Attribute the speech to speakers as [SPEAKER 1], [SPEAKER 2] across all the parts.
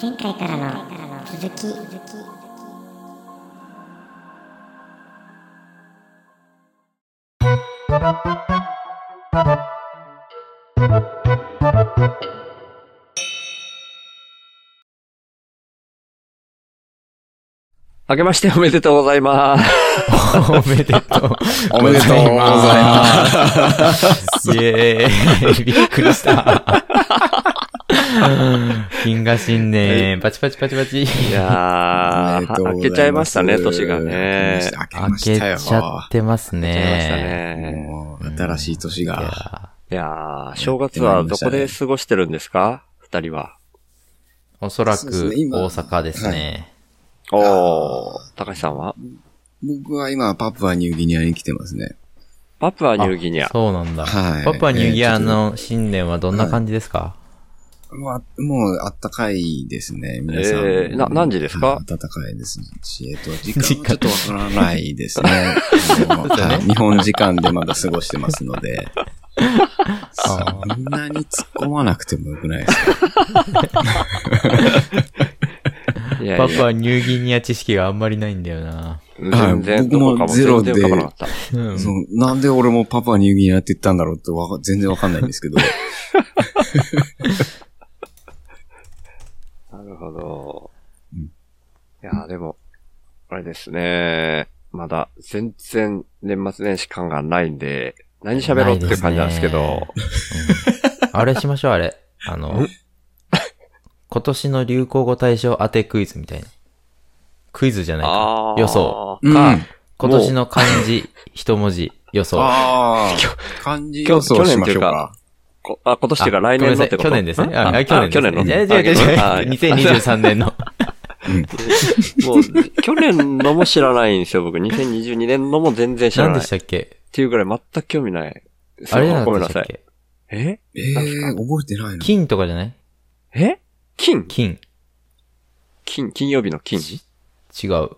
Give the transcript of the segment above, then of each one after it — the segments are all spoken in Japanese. [SPEAKER 1] 前回からの続き
[SPEAKER 2] 明けましておめでとうございます。
[SPEAKER 3] おめでとう。
[SPEAKER 4] おめでとうござい
[SPEAKER 3] ます。イエーイ。びっくりした。銀河新年、パチパチパチパチ。
[SPEAKER 2] いや
[SPEAKER 4] おめでとう
[SPEAKER 2] ー、明
[SPEAKER 4] ございます
[SPEAKER 2] けちゃいましたね、年がね。
[SPEAKER 4] 明け
[SPEAKER 3] 開
[SPEAKER 4] ま
[SPEAKER 3] け
[SPEAKER 4] し
[SPEAKER 3] ち
[SPEAKER 4] たよ。
[SPEAKER 3] ゃってます
[SPEAKER 2] 明けちゃいました
[SPEAKER 3] ね。
[SPEAKER 2] ね。
[SPEAKER 4] もう、新しい年
[SPEAKER 3] い
[SPEAKER 4] が。
[SPEAKER 3] や
[SPEAKER 2] いやー、正月はどこで過ごしてるんですか二人は。
[SPEAKER 3] おそら
[SPEAKER 4] そ
[SPEAKER 3] く
[SPEAKER 4] うですね今
[SPEAKER 3] 大阪ですね。
[SPEAKER 2] おー、高橋さんは
[SPEAKER 4] 僕は今、パプアニューギニアに来てますね。
[SPEAKER 2] パプアニューギニア。
[SPEAKER 3] そうなんだ。
[SPEAKER 4] はい
[SPEAKER 3] パパニューギア
[SPEAKER 4] えーちょ
[SPEAKER 3] の新年はどんな感じですか
[SPEAKER 4] もう、もうあったかいですね、皆さん。
[SPEAKER 2] えーな何時ですか
[SPEAKER 4] はい暖かいですし、えっと、時間
[SPEAKER 3] 時間
[SPEAKER 4] はちょっとわからないですね。 あのはい日本時間でまだ過ごしてますの で。そんなに突っ込まなくてもよくないですか
[SPEAKER 2] いや
[SPEAKER 3] パ
[SPEAKER 2] いや、
[SPEAKER 3] パニューギニア知識があんまりないんだよな。
[SPEAKER 2] 全
[SPEAKER 4] は
[SPEAKER 2] 然
[SPEAKER 4] い
[SPEAKER 2] どこかも
[SPEAKER 4] 僕もゼロ
[SPEAKER 2] 全
[SPEAKER 4] で
[SPEAKER 2] 然わからなかった。
[SPEAKER 3] うん
[SPEAKER 4] そのなんで俺もパパニューギニアって言ったんだろうってわか全然わかんないんですけど。
[SPEAKER 2] なるほど。
[SPEAKER 4] うん
[SPEAKER 2] いやーでも、あれですね。まだ全然年末年始感がないんで、何喋ろうっていう感じなんですけど。
[SPEAKER 3] うんあれしましょう、あれ。あの、今年の流行語大賞当てクイズみたいな。クイズじゃないか。
[SPEAKER 2] あー
[SPEAKER 3] 予想。
[SPEAKER 4] うん
[SPEAKER 2] か、
[SPEAKER 3] 今年の漢字、一文字、予想。あ、
[SPEAKER 4] ああ、漢字予想しましょうか。
[SPEAKER 2] こあ、今年っていうか来
[SPEAKER 3] ごめん
[SPEAKER 2] 年
[SPEAKER 3] な
[SPEAKER 2] の
[SPEAKER 3] さ
[SPEAKER 2] っ
[SPEAKER 3] い
[SPEAKER 2] てこと
[SPEAKER 3] 去年ですね。あ、あ去
[SPEAKER 2] 去年
[SPEAKER 3] 年
[SPEAKER 2] の。
[SPEAKER 3] ですね。いや違う違う違う
[SPEAKER 2] あいや。
[SPEAKER 3] 2023年の。
[SPEAKER 2] もう、去年のも知らないんですよ、僕。2022年のも全然 知ら
[SPEAKER 3] 何
[SPEAKER 2] ない。
[SPEAKER 3] で
[SPEAKER 2] っ
[SPEAKER 3] したっけ
[SPEAKER 2] ていうぐらい全く興味ない。
[SPEAKER 3] あれなん
[SPEAKER 2] ごめん
[SPEAKER 3] で
[SPEAKER 2] な
[SPEAKER 3] した
[SPEAKER 2] さ
[SPEAKER 3] っ
[SPEAKER 2] い。
[SPEAKER 3] け
[SPEAKER 2] え
[SPEAKER 4] ええー、覚えてないな。
[SPEAKER 3] 金とかじゃない
[SPEAKER 2] え金
[SPEAKER 3] 金。
[SPEAKER 2] 金、金曜日の金
[SPEAKER 3] 違う。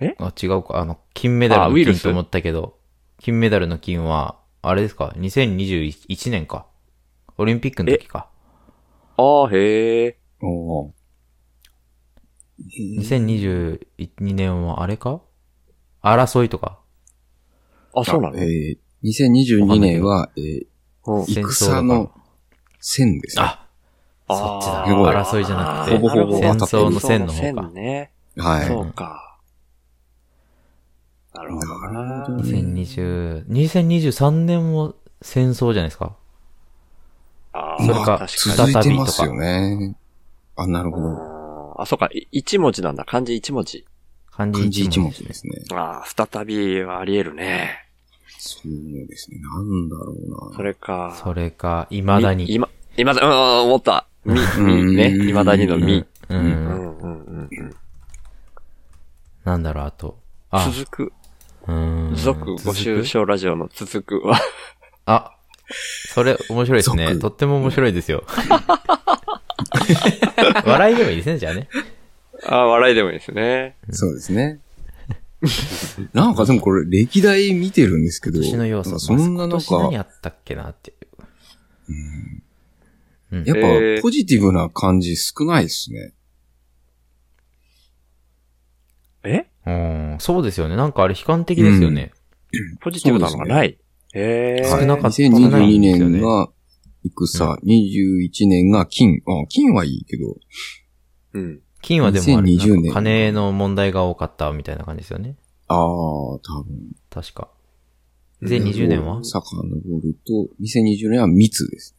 [SPEAKER 2] え
[SPEAKER 3] あ、違うか。あの、金メダル
[SPEAKER 2] あ
[SPEAKER 3] の
[SPEAKER 2] ウイル
[SPEAKER 3] 金
[SPEAKER 2] ス
[SPEAKER 3] と思ったけど、金メダルの金は、あれですか ?2021 年か。オリンピックの時か。
[SPEAKER 2] ああ、へえ。
[SPEAKER 4] おーえー
[SPEAKER 3] 2022年はあれか争いとか。
[SPEAKER 2] あ、そうなの、
[SPEAKER 4] えー、2022年は、えー、
[SPEAKER 2] うん
[SPEAKER 3] 戦争だから
[SPEAKER 4] 戦の線ですね。
[SPEAKER 3] あそっちだ。
[SPEAKER 4] すごい
[SPEAKER 3] 争いじゃなく
[SPEAKER 4] ほ
[SPEAKER 3] て、
[SPEAKER 4] ぼほぼ
[SPEAKER 3] 戦
[SPEAKER 4] 当たってる
[SPEAKER 3] 争の線の方
[SPEAKER 2] 戦
[SPEAKER 3] か。
[SPEAKER 2] ね。
[SPEAKER 4] はい。
[SPEAKER 2] そうか。なるほどな
[SPEAKER 4] なるほどね
[SPEAKER 3] 2020 2023年も戦争じゃないですか。
[SPEAKER 2] あ
[SPEAKER 3] それか
[SPEAKER 2] まあ確か
[SPEAKER 4] 続
[SPEAKER 2] に
[SPEAKER 4] いてますよね。あ、なるほど。
[SPEAKER 2] あ、そうか。い一文字なんだ。漢字一文字。
[SPEAKER 3] 漢字
[SPEAKER 4] 漢字
[SPEAKER 3] 一
[SPEAKER 4] 一
[SPEAKER 3] 文
[SPEAKER 4] 文
[SPEAKER 3] 字
[SPEAKER 4] 字
[SPEAKER 3] で。
[SPEAKER 4] ですすね。
[SPEAKER 2] ああ、再びはあり得るね。
[SPEAKER 4] そうですね。なんだろうな。
[SPEAKER 2] それか。
[SPEAKER 3] それか、未だに。
[SPEAKER 2] 今、今だ、うんうん、思った。み、み、ね。
[SPEAKER 4] うん
[SPEAKER 2] 未だにのみ。
[SPEAKER 3] う。
[SPEAKER 2] うんん、うん、うん。うん
[SPEAKER 3] なんだろう、あと。あ、
[SPEAKER 2] 続く、
[SPEAKER 3] うーん。
[SPEAKER 2] 続、ご
[SPEAKER 3] 続
[SPEAKER 2] 愁
[SPEAKER 3] く
[SPEAKER 2] 傷ラジオの続く は、
[SPEAKER 3] あ、それ面白いですね。
[SPEAKER 4] 族
[SPEAKER 3] とっても面白い ですよ。笑いでもいいですね、じゃあね。
[SPEAKER 2] あ笑いでもいいですね。
[SPEAKER 4] そうですね。 なんかでもこれ、歴代見てるんですけど、
[SPEAKER 3] 今年の要
[SPEAKER 4] なん
[SPEAKER 3] 素。
[SPEAKER 4] かそんな
[SPEAKER 3] 今
[SPEAKER 4] なん
[SPEAKER 3] 年何
[SPEAKER 4] か、
[SPEAKER 3] あったっけなっていう。
[SPEAKER 4] やっ
[SPEAKER 2] えー
[SPEAKER 4] ぱポジティブな感じ少ないですね。
[SPEAKER 2] え
[SPEAKER 3] うん、そうですよね。なんかあれ悲観的ですよね。
[SPEAKER 2] ポジティブなのがない。え
[SPEAKER 3] 少
[SPEAKER 2] え。
[SPEAKER 3] なかった
[SPEAKER 4] 2022年が戦、21年が金。あ、金はいいけど、
[SPEAKER 2] うん。
[SPEAKER 3] 金はでもあれ、
[SPEAKER 4] 2020年
[SPEAKER 3] なんか金の問題が多かったみたいな感じですよね。
[SPEAKER 4] ああ、多分。
[SPEAKER 3] 確か。2020年は
[SPEAKER 4] 遡ると、2020年は密です。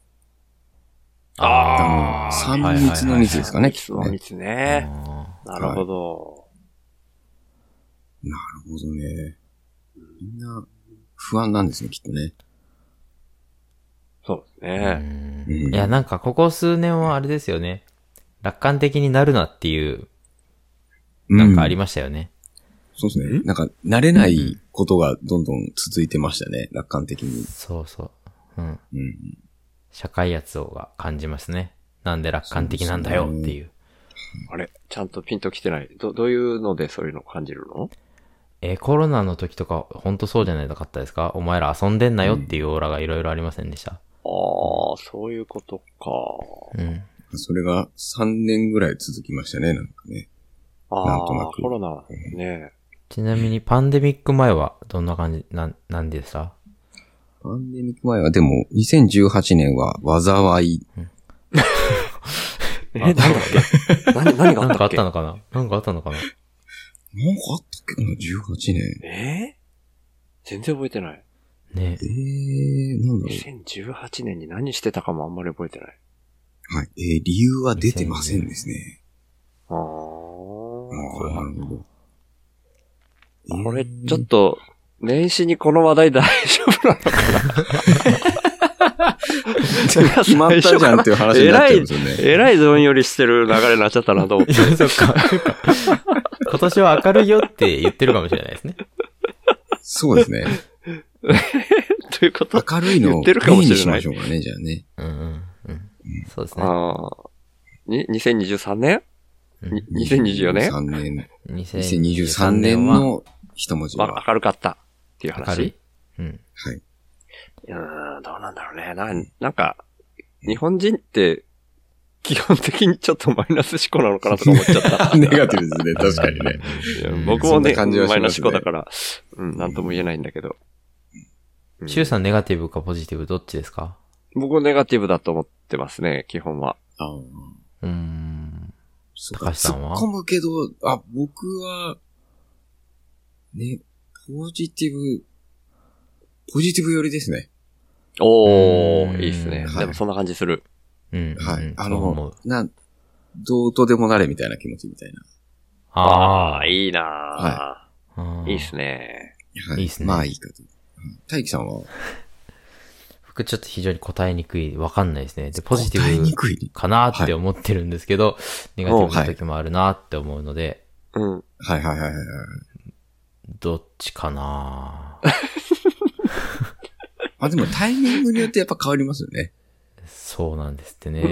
[SPEAKER 2] あー
[SPEAKER 4] あの三密の密ですかね、きっ
[SPEAKER 2] 密
[SPEAKER 4] と
[SPEAKER 2] の
[SPEAKER 4] ね。なる
[SPEAKER 2] 密ね。
[SPEAKER 3] あ
[SPEAKER 2] なるほど。
[SPEAKER 4] ほどね。みんな、不安なんですね、きっとね。
[SPEAKER 2] そうです
[SPEAKER 3] ー
[SPEAKER 2] ね。
[SPEAKER 3] うん
[SPEAKER 4] うん
[SPEAKER 3] いや、なんかここ数年はあれですよね。楽観的になるなっていう、なんかあり
[SPEAKER 4] ま
[SPEAKER 3] ましたよね。
[SPEAKER 4] そうですね
[SPEAKER 2] ん。
[SPEAKER 4] なんか、慣れないことがどんどん続いてましたね、楽観的に。
[SPEAKER 3] そうそう。うん。
[SPEAKER 4] うん。
[SPEAKER 3] 社会圧をが感じますね。なんで楽観的なんだよっていう。
[SPEAKER 2] あれ、ちゃんとピンときてない。ど、どういうのでそういうのを感じるの
[SPEAKER 3] えーコロナの時とか、ほんとそうじゃないかったですかお前ら遊んでんなよっていうオーラがいろいろありませんでした。
[SPEAKER 2] ああ、そういうことか。
[SPEAKER 3] うん。
[SPEAKER 4] それが3年ぐらい続きましたね、なんかね。なんとな
[SPEAKER 2] ああ、
[SPEAKER 4] く
[SPEAKER 2] コロナね。
[SPEAKER 3] ちなみにパンデミック前はどんな感じ、なん、なんでした
[SPEAKER 4] パンデミック前は、でも、2018年は災い。
[SPEAKER 2] え、なんだっけ何、何が
[SPEAKER 3] な
[SPEAKER 2] あ
[SPEAKER 3] ん
[SPEAKER 2] っ
[SPEAKER 3] か
[SPEAKER 2] たっ
[SPEAKER 3] あっ
[SPEAKER 2] け
[SPEAKER 3] たのかななんかあったのかな
[SPEAKER 4] なんかあったっけな、18年。
[SPEAKER 2] えー全然覚えてない。
[SPEAKER 3] ね
[SPEAKER 4] えー、なんだろ
[SPEAKER 2] 2018年に何してたかもあんまり覚えてない。
[SPEAKER 4] う。はい。えー、理由は出てませんですね。
[SPEAKER 2] あ
[SPEAKER 4] あ
[SPEAKER 2] あ。
[SPEAKER 4] あ、なるほど。
[SPEAKER 2] これ、ちょっと、年始にこの話題大丈夫なのかな
[SPEAKER 4] 決まったじゃんっていう話になっちゃうんですよね。
[SPEAKER 2] えらいどんよりしてる流れになっちゃったなと思っ
[SPEAKER 3] い
[SPEAKER 2] て。
[SPEAKER 3] や、そっか。今年は明るいよって言ってるかもしれないですね。
[SPEAKER 4] そうです ね。
[SPEAKER 2] ということ。
[SPEAKER 4] 明るいの
[SPEAKER 2] 言
[SPEAKER 4] を
[SPEAKER 2] ってるかも
[SPEAKER 4] A
[SPEAKER 2] しれない
[SPEAKER 4] にしましょうかね、じゃあね。
[SPEAKER 3] うんうんうん。そうですね。
[SPEAKER 2] ああ。に、2023年
[SPEAKER 3] うん
[SPEAKER 2] に ?2024 年
[SPEAKER 4] ?3 年。
[SPEAKER 3] 2023
[SPEAKER 4] 2023
[SPEAKER 3] 年
[SPEAKER 4] 年
[SPEAKER 3] は
[SPEAKER 4] の一文字
[SPEAKER 2] ま
[SPEAKER 4] は。
[SPEAKER 2] 明るかったっていう
[SPEAKER 3] 明る
[SPEAKER 2] 話。。
[SPEAKER 3] いうん。
[SPEAKER 4] はい。
[SPEAKER 2] うーん、どうなんだろうね。なん、なんか、日本人って、基本的にちょっとマイナス思考なのかなとか思っちゃった。
[SPEAKER 4] ネガティブですね、確かにね。
[SPEAKER 2] いや
[SPEAKER 3] うん
[SPEAKER 2] 僕も
[SPEAKER 4] そん
[SPEAKER 2] ね、
[SPEAKER 4] な感じはしますね
[SPEAKER 2] マイナス思考だから、うん、なんとも言えないんだけど。うん
[SPEAKER 3] シュウさんネガティブかポジティブどっちですか
[SPEAKER 2] 僕はネガティブだと思ってますね、基本は。
[SPEAKER 4] あー
[SPEAKER 3] うーん。
[SPEAKER 4] そう
[SPEAKER 3] 高橋さんは
[SPEAKER 4] 突っ込むけど、あ、僕は、ね、ポジティブ、ポジティブ寄りですね。
[SPEAKER 2] お
[SPEAKER 3] う
[SPEAKER 2] ー、
[SPEAKER 3] ん
[SPEAKER 2] いいですね。
[SPEAKER 4] は
[SPEAKER 2] で
[SPEAKER 4] い
[SPEAKER 2] もそんな感じする。
[SPEAKER 3] うん。
[SPEAKER 4] は
[SPEAKER 3] う
[SPEAKER 4] い
[SPEAKER 3] ん。
[SPEAKER 4] あ
[SPEAKER 3] そう思う
[SPEAKER 4] の、な、どうとでもなれみたいな気持ちみたい
[SPEAKER 3] あ
[SPEAKER 2] あー、いいな
[SPEAKER 3] あ。
[SPEAKER 2] ぁ、い、いですね。
[SPEAKER 4] な。はい
[SPEAKER 3] いっすね
[SPEAKER 4] まあいいかと。うん大輝さんは、
[SPEAKER 3] 僕ちょっと非常に答えにくい。わかんないですね。で、ポジテ
[SPEAKER 4] 答え
[SPEAKER 3] ィ
[SPEAKER 4] に
[SPEAKER 3] ブ
[SPEAKER 4] くい。
[SPEAKER 3] かなって思ってるんですけど、ネガティブな時もあるなって思うので、
[SPEAKER 2] うん。
[SPEAKER 4] はいはいはいはいはい。
[SPEAKER 3] どっちかな
[SPEAKER 4] あ、でもタイミングによってやっぱ変わりますよね。
[SPEAKER 3] そうなんですってね。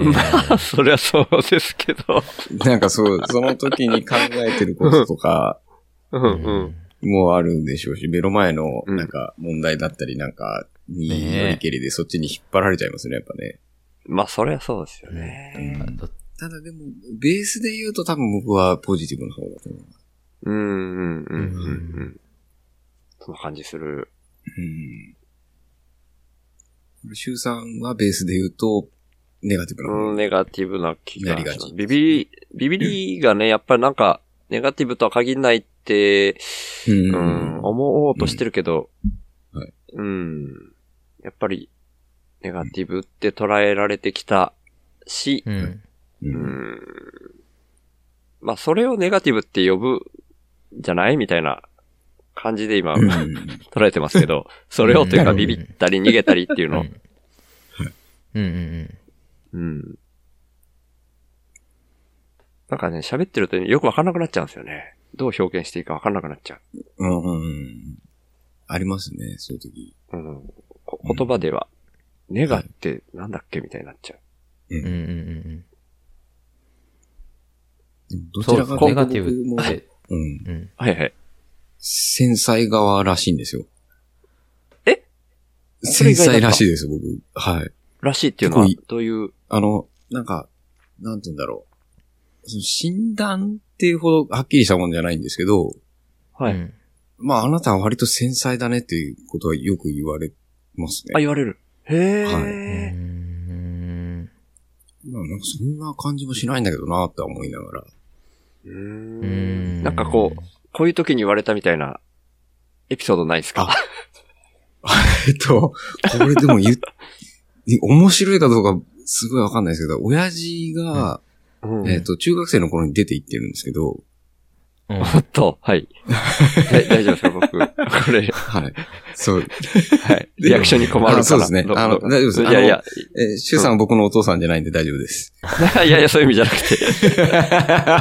[SPEAKER 2] そりゃそうですけど。
[SPEAKER 4] なんかそう、その時に考えてることとか
[SPEAKER 2] うん
[SPEAKER 3] う
[SPEAKER 2] うん。。
[SPEAKER 4] もあるんでしょうし、目の前のなんか問題だったりなんかに
[SPEAKER 3] ねえ
[SPEAKER 4] よりけりでそっちに引っ張られちゃいますね、やっぱね。
[SPEAKER 2] まあ、そりゃそうですよ
[SPEAKER 4] う
[SPEAKER 2] ね。
[SPEAKER 4] ん
[SPEAKER 3] ど
[SPEAKER 4] ただでも、ベースで言うと多分僕はポジティブの方だと思う。
[SPEAKER 2] うんうんうんうんう。
[SPEAKER 3] うん
[SPEAKER 2] そんな感じする。
[SPEAKER 4] うん。シュウさんはベースで言うと、ネガティブな方。
[SPEAKER 2] うん、ネガティブな気が
[SPEAKER 4] なりが
[SPEAKER 2] します
[SPEAKER 4] ち
[SPEAKER 2] ビビり、ビビりがね、やっぱりなんか、ネガティブとは限らないって、
[SPEAKER 4] うん
[SPEAKER 2] うん、思おうとしてるけど、
[SPEAKER 4] うんはい
[SPEAKER 2] うん、やっぱり、ネガティブって捉えられてきたし、
[SPEAKER 3] う
[SPEAKER 4] は
[SPEAKER 3] ん。
[SPEAKER 4] う
[SPEAKER 2] うんん、まあ、それをネガティブって呼ぶ、じゃないみたいな感じで今、
[SPEAKER 4] うん
[SPEAKER 2] 捉えてますけど、それをというか
[SPEAKER 3] うん
[SPEAKER 2] ビビったり逃げたりっていう
[SPEAKER 3] うん。う
[SPEAKER 2] の
[SPEAKER 3] ん。うんうん
[SPEAKER 2] うん。なんかね、喋ってるとよくわかんなくなっちゃうんですよね。どう表現していいかわかんなくなっちゃ
[SPEAKER 4] うんうんうん。ありますね、そういう時。
[SPEAKER 2] う。うん。こ言葉では、ネガってなんだっけみたいになっちゃう。
[SPEAKER 3] うん。うんうんうん
[SPEAKER 4] でも
[SPEAKER 3] うん。
[SPEAKER 4] ど
[SPEAKER 3] そ
[SPEAKER 4] ち
[SPEAKER 3] うで
[SPEAKER 4] ら
[SPEAKER 3] す
[SPEAKER 4] か
[SPEAKER 3] ね。
[SPEAKER 4] とい
[SPEAKER 3] ネ
[SPEAKER 4] うと
[SPEAKER 3] ガティブって、
[SPEAKER 4] 僕もうん。
[SPEAKER 3] うん。
[SPEAKER 2] はいはい。
[SPEAKER 4] 繊細側らしいんですよ。
[SPEAKER 2] えそれ
[SPEAKER 4] 繊
[SPEAKER 2] 以外だった
[SPEAKER 4] 細らしいです、僕。はい。
[SPEAKER 2] らしいっていうのは
[SPEAKER 4] 結構、
[SPEAKER 2] どういう、
[SPEAKER 4] あの、なんか、なんて言うんだろう。その診断っていうほどはっきりしたもんじゃないんですけど、
[SPEAKER 2] はい。
[SPEAKER 3] うん
[SPEAKER 4] まあ、あなたは割と繊細だねっていうことはよく言われます
[SPEAKER 2] あ、
[SPEAKER 4] ね。
[SPEAKER 2] 言われる。へ
[SPEAKER 4] は
[SPEAKER 3] う
[SPEAKER 2] え。
[SPEAKER 3] ん。
[SPEAKER 4] まあ、なんかそんな感じもしないんだけどなって思いながら。
[SPEAKER 2] う
[SPEAKER 3] う
[SPEAKER 2] ー
[SPEAKER 3] ん
[SPEAKER 2] んなんかこう、こういう時に言われたみたいなエピソードないですか
[SPEAKER 4] えっと、これでも言っ、え 面白いかどうかすごいわかんないですけど、親父が、
[SPEAKER 2] うん
[SPEAKER 4] えっと、中学生の頃に出て行ってるんですけど、
[SPEAKER 3] うん。
[SPEAKER 2] おっと、はい。はい大丈夫ですか僕。これ、
[SPEAKER 4] はい。そう。
[SPEAKER 2] はい。リアクションに困るから。
[SPEAKER 4] あそうですね
[SPEAKER 2] ど
[SPEAKER 4] あの
[SPEAKER 2] ど
[SPEAKER 4] 大丈夫です
[SPEAKER 2] いやいや、
[SPEAKER 4] えー、シュウさんは僕のお父さんじゃないんで大丈夫です。
[SPEAKER 2] いやいや、そういう意味じゃなくて。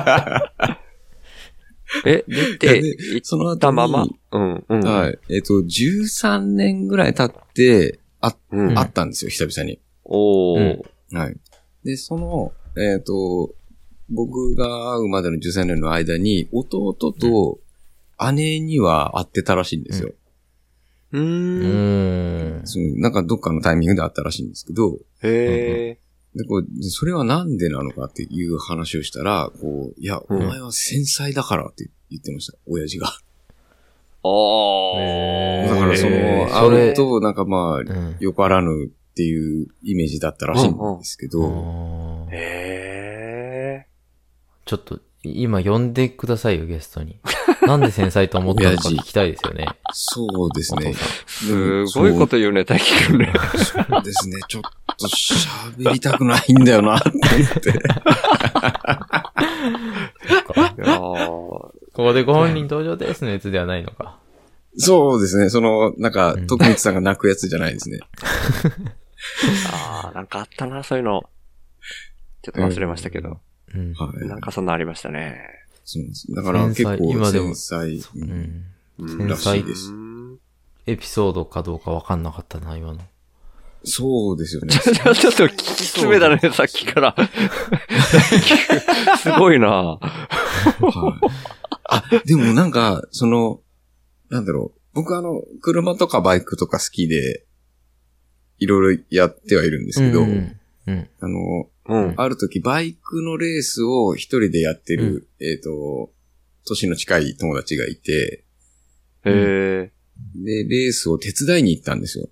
[SPEAKER 2] え、出て、
[SPEAKER 4] で
[SPEAKER 2] 行っ
[SPEAKER 4] その後に
[SPEAKER 2] たまま。うん、うん。
[SPEAKER 4] はい。えっと、13年ぐらい経って、あ、
[SPEAKER 2] うん
[SPEAKER 4] あったんですよ、久々に。
[SPEAKER 2] おー。
[SPEAKER 3] うん
[SPEAKER 4] はい。で、その、えっ、と、僕が会うまでの13年の間に、弟と姉には会ってたらしいんですよ。
[SPEAKER 2] うー。
[SPEAKER 3] うんん。
[SPEAKER 4] そのなんかどっかのタイミングで会ったらしいんですけど、
[SPEAKER 2] へえ。
[SPEAKER 4] で、こう、それはなんでなのかっていう話をしたら、こう、いや、お
[SPEAKER 2] ん
[SPEAKER 4] 前は繊細だからって言ってました、親父が。
[SPEAKER 2] ああ、
[SPEAKER 3] へ
[SPEAKER 4] だからそ
[SPEAKER 3] えー
[SPEAKER 4] の、
[SPEAKER 3] それ
[SPEAKER 4] 会うと、なんかま
[SPEAKER 3] う
[SPEAKER 4] あ、
[SPEAKER 3] ん。
[SPEAKER 4] よからぬっていうイメージだったらしいんですけど、
[SPEAKER 3] あー
[SPEAKER 2] へえ。
[SPEAKER 3] ちょっと、今呼んでくださいよ、ゲスト に。なんで繊細と思ったのか聞きたいですよね。
[SPEAKER 4] そうですね。
[SPEAKER 2] すごいこと言うね、大輝くんね。
[SPEAKER 4] そうですね。ちょっと喋りたくないんだよなって思っ て。
[SPEAKER 2] いやー
[SPEAKER 3] ここでご本人登場ですのやつではないのか。
[SPEAKER 4] そうですね。その、なんか
[SPEAKER 3] うん、
[SPEAKER 4] 徳光さんが泣くやつじゃないですね。
[SPEAKER 2] あー、なんかあったな、そういうの。ちょっと忘れましたけど。
[SPEAKER 3] うん。
[SPEAKER 4] はい。
[SPEAKER 2] なんかそんなありましたね。
[SPEAKER 4] そうなんです。だから結
[SPEAKER 3] 繊細
[SPEAKER 4] 構
[SPEAKER 3] 今でも
[SPEAKER 4] 繊細。
[SPEAKER 3] う
[SPEAKER 4] うん
[SPEAKER 3] ん。
[SPEAKER 2] うん
[SPEAKER 3] 繊細
[SPEAKER 4] です
[SPEAKER 2] うん
[SPEAKER 3] エピソードかどうかわかんなかったな、今の。
[SPEAKER 4] そうですよね。
[SPEAKER 2] ちょっと聞き詰めだね、さっき から。すごいな。
[SPEAKER 4] はい。あ、でもなんか、その、なんだろう。僕あの、車とかバイクとか好きで、いろいろやってはいるんですけど、
[SPEAKER 3] うん。うん。
[SPEAKER 4] あの、
[SPEAKER 2] うん。
[SPEAKER 4] ある時バイクのレースを一人でやってる、えっ、と、年の近い友達がいて、
[SPEAKER 2] へえ。
[SPEAKER 4] で、レースを手伝いに行ったんですよ。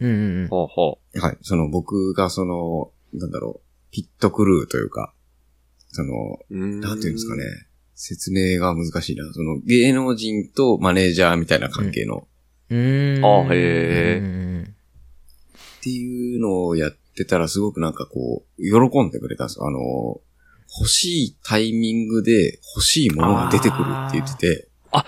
[SPEAKER 3] うんうん
[SPEAKER 2] ほうほ
[SPEAKER 4] はい。その僕がその、なんだろう、ピットクルーというか、その、
[SPEAKER 2] う。うん
[SPEAKER 4] なんていうんですかね。。説明が難しいな。その芸能人とマネージャーみたいな関係の、
[SPEAKER 3] うん。うーん。
[SPEAKER 2] あへー
[SPEAKER 3] え。
[SPEAKER 4] っていうのをやってたらすごくなんかこう、喜んでくれたんですよあの、欲しいタイミングで欲しいものが出てくるって言ってて、
[SPEAKER 3] はいはいはい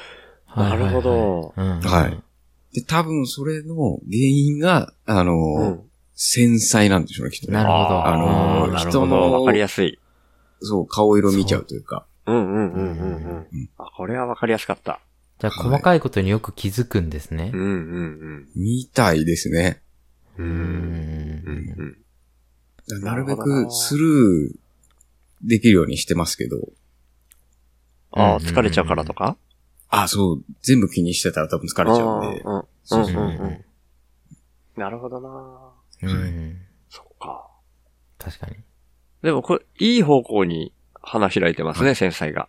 [SPEAKER 2] なるほど
[SPEAKER 3] うん。
[SPEAKER 4] はい。で、多分それの原因が、あの、
[SPEAKER 2] うん。
[SPEAKER 4] 繊細なんでしょうね、きっとね。
[SPEAKER 3] なるほど。
[SPEAKER 4] あの
[SPEAKER 3] う
[SPEAKER 4] ー
[SPEAKER 3] ん
[SPEAKER 2] なる
[SPEAKER 4] 人
[SPEAKER 2] ほど。
[SPEAKER 4] の
[SPEAKER 2] わかりやすい。
[SPEAKER 4] そう、顔色見ちゃうというか。
[SPEAKER 2] うんうんうんうんうん。あ、これはわかりやすかった。
[SPEAKER 3] じゃあ、細かいことによく気づくんですね
[SPEAKER 2] うん。うん
[SPEAKER 4] みたいですね。
[SPEAKER 2] うん。う。
[SPEAKER 3] うん。
[SPEAKER 2] うんん
[SPEAKER 4] なるべ
[SPEAKER 2] なるほどな
[SPEAKER 4] くスルーできるようにしてますけど、
[SPEAKER 2] ああ、疲れちゃうからとか
[SPEAKER 4] あ、そう、全部気にしてたら多分疲れちゃうんで。
[SPEAKER 2] う
[SPEAKER 4] そ
[SPEAKER 2] ん
[SPEAKER 4] う
[SPEAKER 2] う
[SPEAKER 4] そ
[SPEAKER 2] ん
[SPEAKER 4] う
[SPEAKER 2] うんうん。なるほどな
[SPEAKER 3] う
[SPEAKER 4] はい
[SPEAKER 3] ん。
[SPEAKER 2] そっか。
[SPEAKER 3] 確かに。
[SPEAKER 2] でも、これ、いい方向に花開いてますね、繊細が。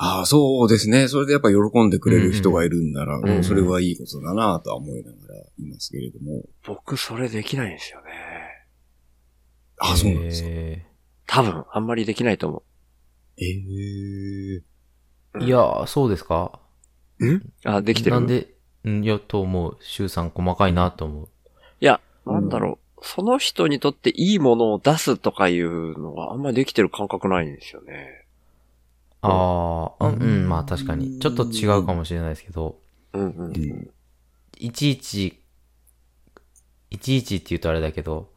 [SPEAKER 4] ああ、そうですね。それでやっぱ喜んでくれる人がいるんなら、
[SPEAKER 3] んうん
[SPEAKER 4] それはいいことだなとは思いながらいますけれども。
[SPEAKER 2] 僕、それできないんですよね。
[SPEAKER 4] ああ、そうなんですか。
[SPEAKER 3] へ
[SPEAKER 2] 多分、あんまりできないと思
[SPEAKER 4] ええ
[SPEAKER 3] ーいやー、そうですか
[SPEAKER 2] う。あ、できてる。
[SPEAKER 3] なんで、うん、いや、と思う。周さん細かいなと思う。
[SPEAKER 2] いや、なんだろう。その人にとっていいものを出すとかいうのがあんまりできてる感覚ないんですよね。
[SPEAKER 3] ああ、うん、うん、まあ確かに。ちょっと違うかもしれないですけど、
[SPEAKER 2] うんうん。
[SPEAKER 3] いちいち、いちいちって言うとあれだ けど、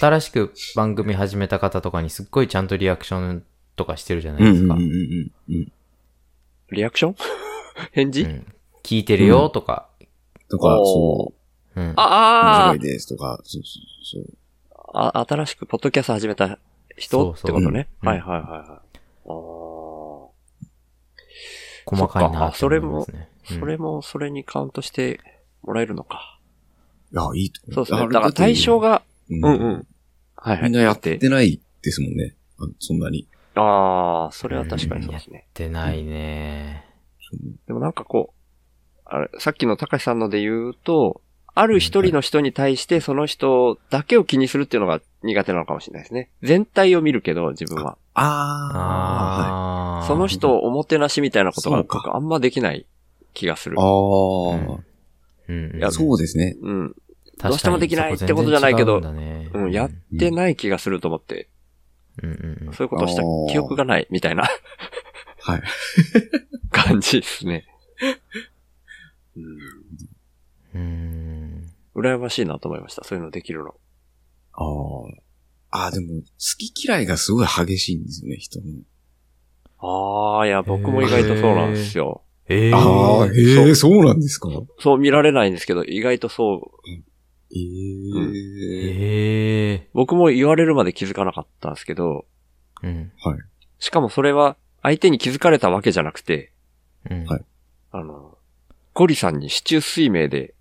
[SPEAKER 3] 新しく番組始めた方とかにすっごいちゃんとリアクションとかしてるじゃな
[SPEAKER 4] うん
[SPEAKER 3] い
[SPEAKER 4] うん
[SPEAKER 3] です
[SPEAKER 4] うん
[SPEAKER 3] か。
[SPEAKER 4] う
[SPEAKER 3] うん
[SPEAKER 4] んうん。
[SPEAKER 2] リアクション 返事、
[SPEAKER 3] 聞いてるよとか、
[SPEAKER 4] とか、
[SPEAKER 2] お
[SPEAKER 4] そ
[SPEAKER 3] うん。
[SPEAKER 4] う、面
[SPEAKER 2] あ
[SPEAKER 4] 白いですとか、そうそうそう。
[SPEAKER 2] ああ、新しくポッドキャスト始めた人ってことね。
[SPEAKER 3] そうそううん
[SPEAKER 2] はいはいはいはい。
[SPEAKER 3] 細かいな
[SPEAKER 2] そっかあ
[SPEAKER 3] と思いますね。
[SPEAKER 2] ああ、それもそれにカウントしてもらえるのか。
[SPEAKER 4] いや、いいと
[SPEAKER 2] そ
[SPEAKER 4] 思
[SPEAKER 2] うですね。
[SPEAKER 4] あ
[SPEAKER 2] だから対象、が、
[SPEAKER 4] うん
[SPEAKER 2] うんうん。はいはい。
[SPEAKER 4] みんなやってないですもんね。あそんなに。
[SPEAKER 2] ああ、それは確かにそうですね。
[SPEAKER 3] 出ないね。
[SPEAKER 2] でもなんかこう、あれ、さっきの高橋さんので言うと、ある一人の人に対してその人だけを気にするっていうのが苦手なのかもしれないですね。全体を見るけど、自分は。
[SPEAKER 4] ああ。
[SPEAKER 3] ああ、
[SPEAKER 2] その人をおもてなしみたいなことが
[SPEAKER 4] そうか
[SPEAKER 2] 僕あんまできない気がする
[SPEAKER 4] あ。あ
[SPEAKER 3] うん、うん。
[SPEAKER 4] ー。そうですね。
[SPEAKER 2] うん。
[SPEAKER 3] 確かに
[SPEAKER 2] どうしてもできないってことじゃないけど
[SPEAKER 3] そこ全然違うんだね
[SPEAKER 2] うん、やってない気がすると思って、
[SPEAKER 3] うんうん
[SPEAKER 2] そういうことをした記憶がないみたいな
[SPEAKER 4] はい。
[SPEAKER 2] 感じですね。うん
[SPEAKER 3] うん。うん。
[SPEAKER 2] 羨ましいなと思いました。そういうのできるの。
[SPEAKER 4] ああ。ああ、でも、好き嫌いがすごい激しいんですよね、人の。
[SPEAKER 2] ああ、いや、僕も意外とそうなんですよ。
[SPEAKER 3] ええ
[SPEAKER 4] ああ、
[SPEAKER 3] ー。
[SPEAKER 4] へえ、そうなんですか
[SPEAKER 2] そう見られないんですけど、意外とそう、
[SPEAKER 4] ええ。
[SPEAKER 3] ええ
[SPEAKER 2] 僕も言われるまで気づかなかったんですけど、
[SPEAKER 3] ー。うん。
[SPEAKER 2] しかもそれは相手に気づかれたわけじゃなくて、
[SPEAKER 3] うん。
[SPEAKER 4] はい
[SPEAKER 2] あの、ゴリさんに市中水明で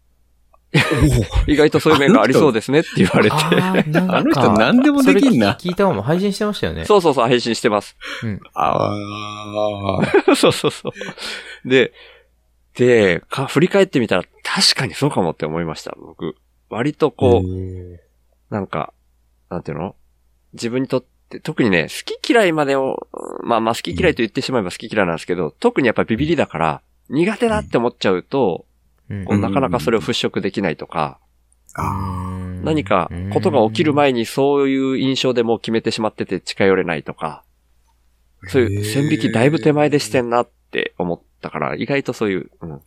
[SPEAKER 2] 意外とそういう面がありそうですねって言われて。
[SPEAKER 3] あーなんか
[SPEAKER 4] あの人何でもできんな
[SPEAKER 3] それ聞いた方も配信してましたよね。
[SPEAKER 2] そうそうそう、配信してます。
[SPEAKER 3] うん。
[SPEAKER 4] ああ。
[SPEAKER 2] そうそうそう。で、で、か、振り返ってみたら確かにそうかもって思いました、僕。割とこう、なんか、なんていうの自分にとって、特にね、好き嫌いまでを、まあまあ好き嫌いと言ってしまえば好き嫌いなんですけど、特にやっぱりビビりだから、苦手だって思っちゃうと、
[SPEAKER 3] うん
[SPEAKER 2] こうなかなかそれを払拭できないとか、
[SPEAKER 4] あ
[SPEAKER 2] 何かことが起きる前にそういう印象でもう決めてしまってて近寄れないとか、
[SPEAKER 4] ー
[SPEAKER 2] そういう線引きだいぶ手前でしてんなって思ったから、意外とそういう、うん、は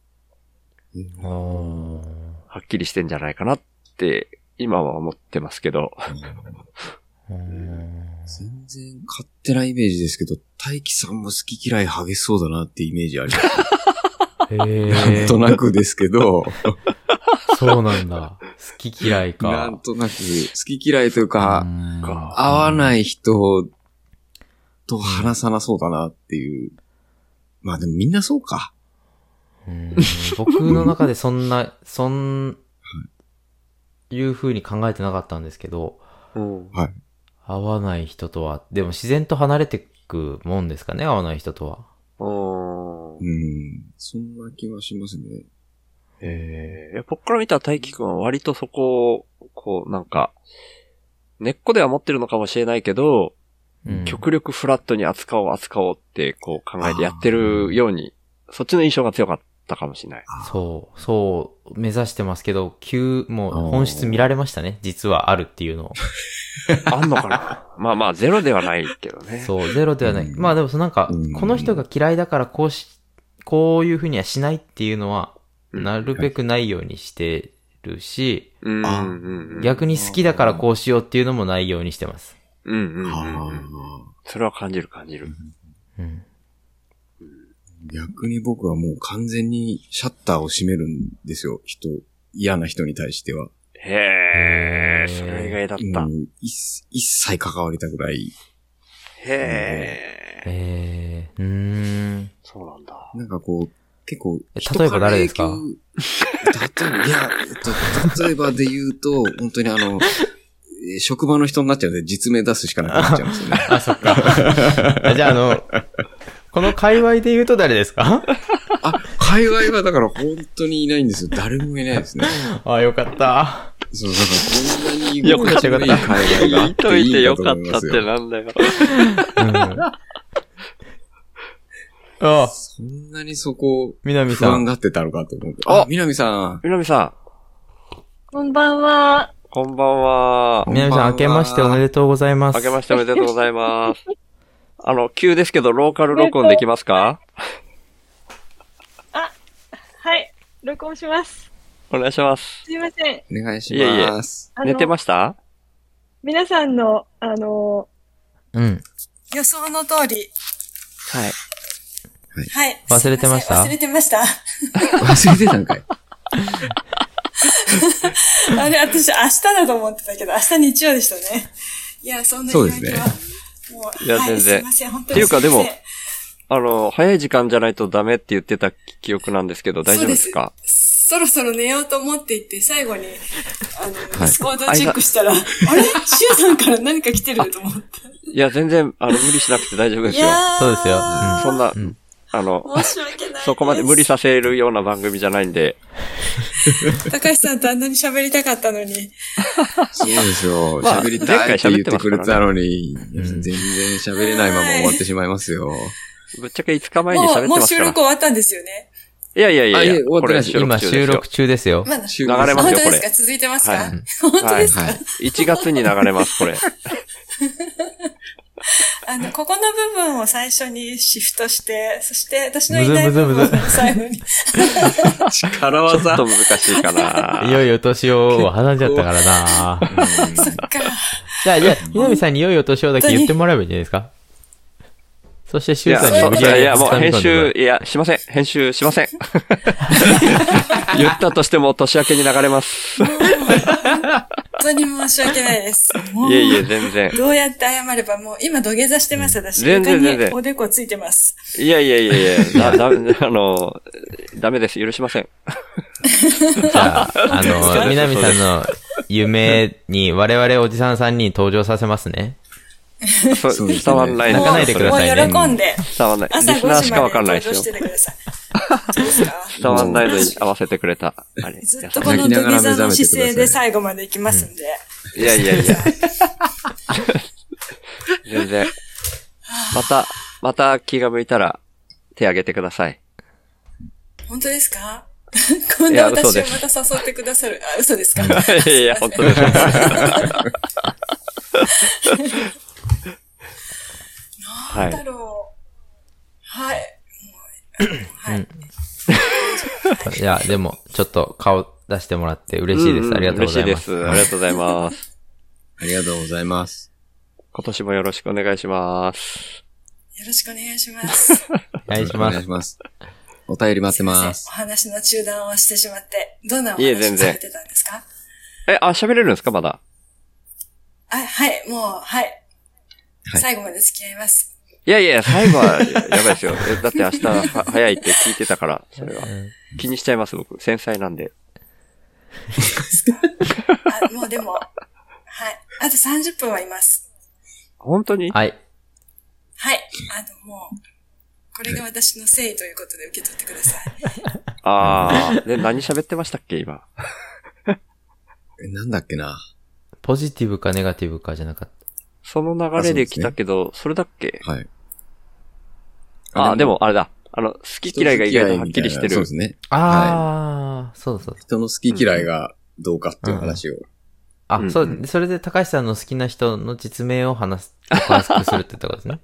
[SPEAKER 3] あ
[SPEAKER 2] っ
[SPEAKER 3] ー
[SPEAKER 2] きりしてんじゃないかなって、今は思ってますけど。
[SPEAKER 3] うん
[SPEAKER 4] 全然勝手なイメージですけど、大輝さんも好き嫌い激しそうだなってイメージあります。な
[SPEAKER 3] へ
[SPEAKER 4] ん
[SPEAKER 3] え
[SPEAKER 4] となくですけど、
[SPEAKER 3] そうなんだ。好き嫌い
[SPEAKER 4] な
[SPEAKER 3] か
[SPEAKER 4] ん。となく好き嫌いというか、
[SPEAKER 2] か
[SPEAKER 4] 合わ
[SPEAKER 3] い。
[SPEAKER 4] ない人と話さなそうだなっていう。まあでもみんなそうか。
[SPEAKER 3] うん僕の中でそんな、そん、いう風に考えてなかったんですけど、
[SPEAKER 2] うん。
[SPEAKER 3] 合わない人とは、でも自然と離れてくもんですかね、合わない人とは。
[SPEAKER 2] うん
[SPEAKER 4] うん。そんな気はしますね。
[SPEAKER 2] えーいや、僕から見たら大輝くんは割とそこを、こう、なんか、根っこでは持ってるのかもしれないけど、
[SPEAKER 3] うん
[SPEAKER 2] 極力フラットに扱おう扱おうってこう考えてやってるように、そっちの印象が強かったかもしれない。
[SPEAKER 3] そう、そう、目指してますけど、急、もう
[SPEAKER 4] あー
[SPEAKER 3] 本質見られましたね。実はあるっていう のを。
[SPEAKER 2] あんのかなまあまあ、ゼロではないけどね。
[SPEAKER 3] そう、ゼロではない。
[SPEAKER 4] うん
[SPEAKER 3] まあでもそのなんか、
[SPEAKER 4] うん
[SPEAKER 3] この人が嫌いだからこうし、こういうふうにはしないっていうのは、
[SPEAKER 2] うん
[SPEAKER 3] なるべくないようにしてるし、
[SPEAKER 2] うんうん
[SPEAKER 4] あ
[SPEAKER 2] うんうん。
[SPEAKER 3] 逆に好きだからこうしようっていうのもないようにしてます。
[SPEAKER 2] うんうんうんう
[SPEAKER 4] あ
[SPEAKER 2] ん。それは感じる感じる。
[SPEAKER 3] うん。
[SPEAKER 4] ー逆に僕はもう完全にシャッターを閉めるんですよ。人、嫌な人に対しては。
[SPEAKER 2] へえ、
[SPEAKER 3] へー
[SPEAKER 2] それ意外だっ
[SPEAKER 4] う
[SPEAKER 2] た。
[SPEAKER 4] ん一一切関わりたくない。
[SPEAKER 2] へえ、
[SPEAKER 3] えー、うーん。
[SPEAKER 2] そうなん だ。
[SPEAKER 4] なんかこう、結構、
[SPEAKER 3] え
[SPEAKER 4] 人
[SPEAKER 3] 例えば誰ですか
[SPEAKER 4] ら影響例えば、いや、えっと例えばで言うと、本当にあの、えー職場の人になっちゃうんで、実名出すしかなくなっちゃうんですよ ね。
[SPEAKER 3] あ、そっか。あじゃああの、この界隈で言うと誰ですか
[SPEAKER 4] あ、界隈はだから本当にいないんですよ。誰もいないですね。
[SPEAKER 3] あ、よかった。
[SPEAKER 4] そう、だからこんなに
[SPEAKER 2] よかった
[SPEAKER 4] 動きのいい界隈があ
[SPEAKER 2] 見と
[SPEAKER 4] って
[SPEAKER 2] いて
[SPEAKER 4] いい
[SPEAKER 2] よ
[SPEAKER 4] かと
[SPEAKER 2] かっ
[SPEAKER 4] 思い
[SPEAKER 2] た
[SPEAKER 4] ま
[SPEAKER 2] っ
[SPEAKER 4] す
[SPEAKER 2] て
[SPEAKER 4] よ。
[SPEAKER 2] なんだよ。
[SPEAKER 3] うん。あ、
[SPEAKER 4] そんなにそこ、
[SPEAKER 3] 南
[SPEAKER 4] 不
[SPEAKER 3] さ
[SPEAKER 4] 安
[SPEAKER 3] ん。
[SPEAKER 4] がってたのかと思う。
[SPEAKER 2] あ
[SPEAKER 4] あ、南さん。
[SPEAKER 2] 南さ
[SPEAKER 5] こんばんは。
[SPEAKER 2] ん、こんばんは。
[SPEAKER 3] 南さん、明けましておめでとうございます。
[SPEAKER 2] 明けましておめでとうございます。あの、急ですけど、ローカル録音できますか
[SPEAKER 5] はい。録音します。
[SPEAKER 2] お願いします。
[SPEAKER 5] すいません。
[SPEAKER 4] お願いし
[SPEAKER 2] いえいえ
[SPEAKER 4] ます。
[SPEAKER 5] あの
[SPEAKER 2] 寝てました
[SPEAKER 5] 皆さんの、あの
[SPEAKER 3] うん。
[SPEAKER 6] 予想の通り。
[SPEAKER 2] はい。
[SPEAKER 6] はい。
[SPEAKER 3] 忘れてました
[SPEAKER 6] すいせん忘れてました。
[SPEAKER 4] 忘れてたんかい。
[SPEAKER 6] あれ、私明日だと思ってたけど、明日日曜でしたね。いや、そんな言い訳は。
[SPEAKER 4] そう
[SPEAKER 6] もう、
[SPEAKER 2] いや
[SPEAKER 6] は
[SPEAKER 2] 全然
[SPEAKER 6] すいません、本当
[SPEAKER 2] ってい
[SPEAKER 6] に
[SPEAKER 2] うか
[SPEAKER 6] すません
[SPEAKER 2] でもあの、早い時間じゃないとダメって言ってた記憶なんですけど、大丈夫ですか
[SPEAKER 6] そろそろ寝ようと思っていて、最後に、あの、デ
[SPEAKER 4] は
[SPEAKER 6] ィ
[SPEAKER 4] い
[SPEAKER 6] スコードチェックしたら、あれシュウさんから何か来てると思って。
[SPEAKER 2] いや、全然、あの、無理しなくて大丈夫で
[SPEAKER 6] い
[SPEAKER 2] すよ。
[SPEAKER 6] やー
[SPEAKER 3] そうですようん
[SPEAKER 2] そんな、
[SPEAKER 3] うん
[SPEAKER 2] あの、
[SPEAKER 6] 申し訳ない。
[SPEAKER 2] そこまで無理。させるような番組じゃないんで、
[SPEAKER 6] 高橋さんとあんなに喋りたかったのに。
[SPEAKER 4] そうですよ。
[SPEAKER 2] まあ
[SPEAKER 4] 喋りたいって言ってくれたの
[SPEAKER 3] 前
[SPEAKER 4] に、
[SPEAKER 3] 回喋ってますからね
[SPEAKER 4] 全然喋れないまま終わってしまいますよ。
[SPEAKER 2] ぶっちゃけ5日前に喋
[SPEAKER 6] も
[SPEAKER 2] っ
[SPEAKER 6] う、
[SPEAKER 2] て
[SPEAKER 6] もう
[SPEAKER 2] ます
[SPEAKER 6] 収
[SPEAKER 2] から
[SPEAKER 6] 録。終わったんですよね。
[SPEAKER 2] いやいやいやい
[SPEAKER 4] あい
[SPEAKER 2] や
[SPEAKER 4] え、終わっ
[SPEAKER 2] こ
[SPEAKER 4] てない
[SPEAKER 2] れ
[SPEAKER 4] です
[SPEAKER 2] 収
[SPEAKER 3] 今
[SPEAKER 2] 録中で
[SPEAKER 3] 収
[SPEAKER 2] すよ
[SPEAKER 3] 録。中ですよ。
[SPEAKER 6] ま
[SPEAKER 2] 流
[SPEAKER 4] 流
[SPEAKER 6] だ。
[SPEAKER 2] れますよ
[SPEAKER 6] 本当
[SPEAKER 2] こ
[SPEAKER 6] で
[SPEAKER 2] れ
[SPEAKER 6] すか続いてます
[SPEAKER 2] は
[SPEAKER 6] か
[SPEAKER 2] い
[SPEAKER 6] 本当ですか
[SPEAKER 4] はい。
[SPEAKER 2] 1月に流れます、これ。
[SPEAKER 6] あの、ここの部分を最初にシフトして、そして私のい
[SPEAKER 3] む
[SPEAKER 6] な
[SPEAKER 3] ず
[SPEAKER 6] い
[SPEAKER 3] むずむ
[SPEAKER 6] 部分
[SPEAKER 3] ず
[SPEAKER 6] を最後に。
[SPEAKER 4] 力
[SPEAKER 2] ちょっ
[SPEAKER 4] 技
[SPEAKER 2] と。難しいかな。
[SPEAKER 3] いよいよ年を話んじゃったから な
[SPEAKER 6] そっか。
[SPEAKER 3] じゃあ、じゃあ、南さんにいよいよ年をだけ言ってもらえばいいんじゃないですかそして、
[SPEAKER 2] い
[SPEAKER 3] シュウ
[SPEAKER 2] や、
[SPEAKER 3] さん
[SPEAKER 2] そ
[SPEAKER 3] に
[SPEAKER 2] う
[SPEAKER 3] 無
[SPEAKER 2] い
[SPEAKER 3] 理や
[SPEAKER 2] や、
[SPEAKER 3] り
[SPEAKER 2] いやもう
[SPEAKER 3] 掴み込んで
[SPEAKER 2] 編
[SPEAKER 3] もら
[SPEAKER 2] 集、いや、しません。編集しま せん。言ったとしても年明けに流れます。
[SPEAKER 6] 本当に申し訳ないです。もう
[SPEAKER 2] いえいえ、全然。
[SPEAKER 6] どうやって謝れば、もう今土下座してます、私。
[SPEAKER 2] 全然全然
[SPEAKER 6] 床におでこついてます。
[SPEAKER 2] いやいやいやいや、だ、だ、あの、ダメです。許しません。
[SPEAKER 3] じゃあ、
[SPEAKER 2] そう
[SPEAKER 3] あ
[SPEAKER 2] です
[SPEAKER 3] の、南さんの夢に我々おじさん3人登場させますね。
[SPEAKER 2] そう
[SPEAKER 4] そうですね
[SPEAKER 2] 伝わんない
[SPEAKER 3] 泣
[SPEAKER 2] な。
[SPEAKER 3] かないでくださいね
[SPEAKER 6] もうもう喜んで、
[SPEAKER 2] 伝わんない。リ
[SPEAKER 6] 朝
[SPEAKER 2] ス
[SPEAKER 6] 5
[SPEAKER 2] ナー
[SPEAKER 6] 時
[SPEAKER 2] しか
[SPEAKER 6] ま
[SPEAKER 2] わ
[SPEAKER 6] で
[SPEAKER 2] かんない
[SPEAKER 6] 登
[SPEAKER 2] で
[SPEAKER 6] 場し
[SPEAKER 2] す
[SPEAKER 6] て
[SPEAKER 2] よ。
[SPEAKER 6] てください。どうですか
[SPEAKER 2] 伝わんないのに合わせてくれた。あれ。
[SPEAKER 6] ずっとこの土下座の姿勢で最後まで行きますんで。
[SPEAKER 2] いやいやい や。全然。また、また気が向いたら手挙げてください。
[SPEAKER 6] 本当ですか こ
[SPEAKER 2] い
[SPEAKER 6] んな
[SPEAKER 2] や嘘
[SPEAKER 6] 私を
[SPEAKER 2] で
[SPEAKER 6] ますた誘ってくださる。あ、嘘ですか
[SPEAKER 2] いや、本当でしょ。は
[SPEAKER 6] なんだ
[SPEAKER 2] い。
[SPEAKER 6] ろう。はい。
[SPEAKER 3] いや、でも、ちょっと顔出してもらって嬉しいで
[SPEAKER 2] ん
[SPEAKER 3] す。ありがとうございます。
[SPEAKER 2] 嬉しいです。ありがとうございます。
[SPEAKER 4] ありがとうございます。
[SPEAKER 2] 今年もよろしくお願いします。
[SPEAKER 6] よろしくお願いします。
[SPEAKER 3] お願いしま
[SPEAKER 4] お願
[SPEAKER 3] す
[SPEAKER 4] いし。ます。お便り待ってますす
[SPEAKER 6] い。ませんお話の中断をしてしまって、どんなお
[SPEAKER 2] いえ
[SPEAKER 6] 話
[SPEAKER 2] 全
[SPEAKER 6] を
[SPEAKER 2] 然
[SPEAKER 6] されてたんですか
[SPEAKER 2] え、あ、喋れるんですかまだ。
[SPEAKER 6] あ、はい、もう、はい。
[SPEAKER 4] はい
[SPEAKER 6] 最後まで付き合います。
[SPEAKER 2] いやいや、最後はやばいですよ。えだって明日は早いって聞いてたから、それは。気にしちゃいます、僕。繊細なんで。
[SPEAKER 6] あ、もうでも、はい。あと30分はいます。
[SPEAKER 2] 本当に
[SPEAKER 3] はい。
[SPEAKER 6] はい。あともう、これが私の誠意ということで受け取ってください。
[SPEAKER 2] ああ。で、何喋ってましたっけ、今。
[SPEAKER 4] えなんだっけな。
[SPEAKER 3] ポジティブかネガティブかじゃなかっ
[SPEAKER 2] その流れで来たけど、それだっけ
[SPEAKER 4] はい。
[SPEAKER 2] あ、でも、あれだ。あの、好き嫌いが意外とはっきりして
[SPEAKER 4] 人付き合いみたいなそう
[SPEAKER 2] る
[SPEAKER 4] で。すね。
[SPEAKER 3] た。ああ、そうだそうだ。
[SPEAKER 4] 人の好き嫌いがどうかっていう話を。
[SPEAKER 2] うんう
[SPEAKER 3] あ、
[SPEAKER 2] ん
[SPEAKER 3] そう、それで高橋さんの好きな人の実名を話す、告白するってとこですね。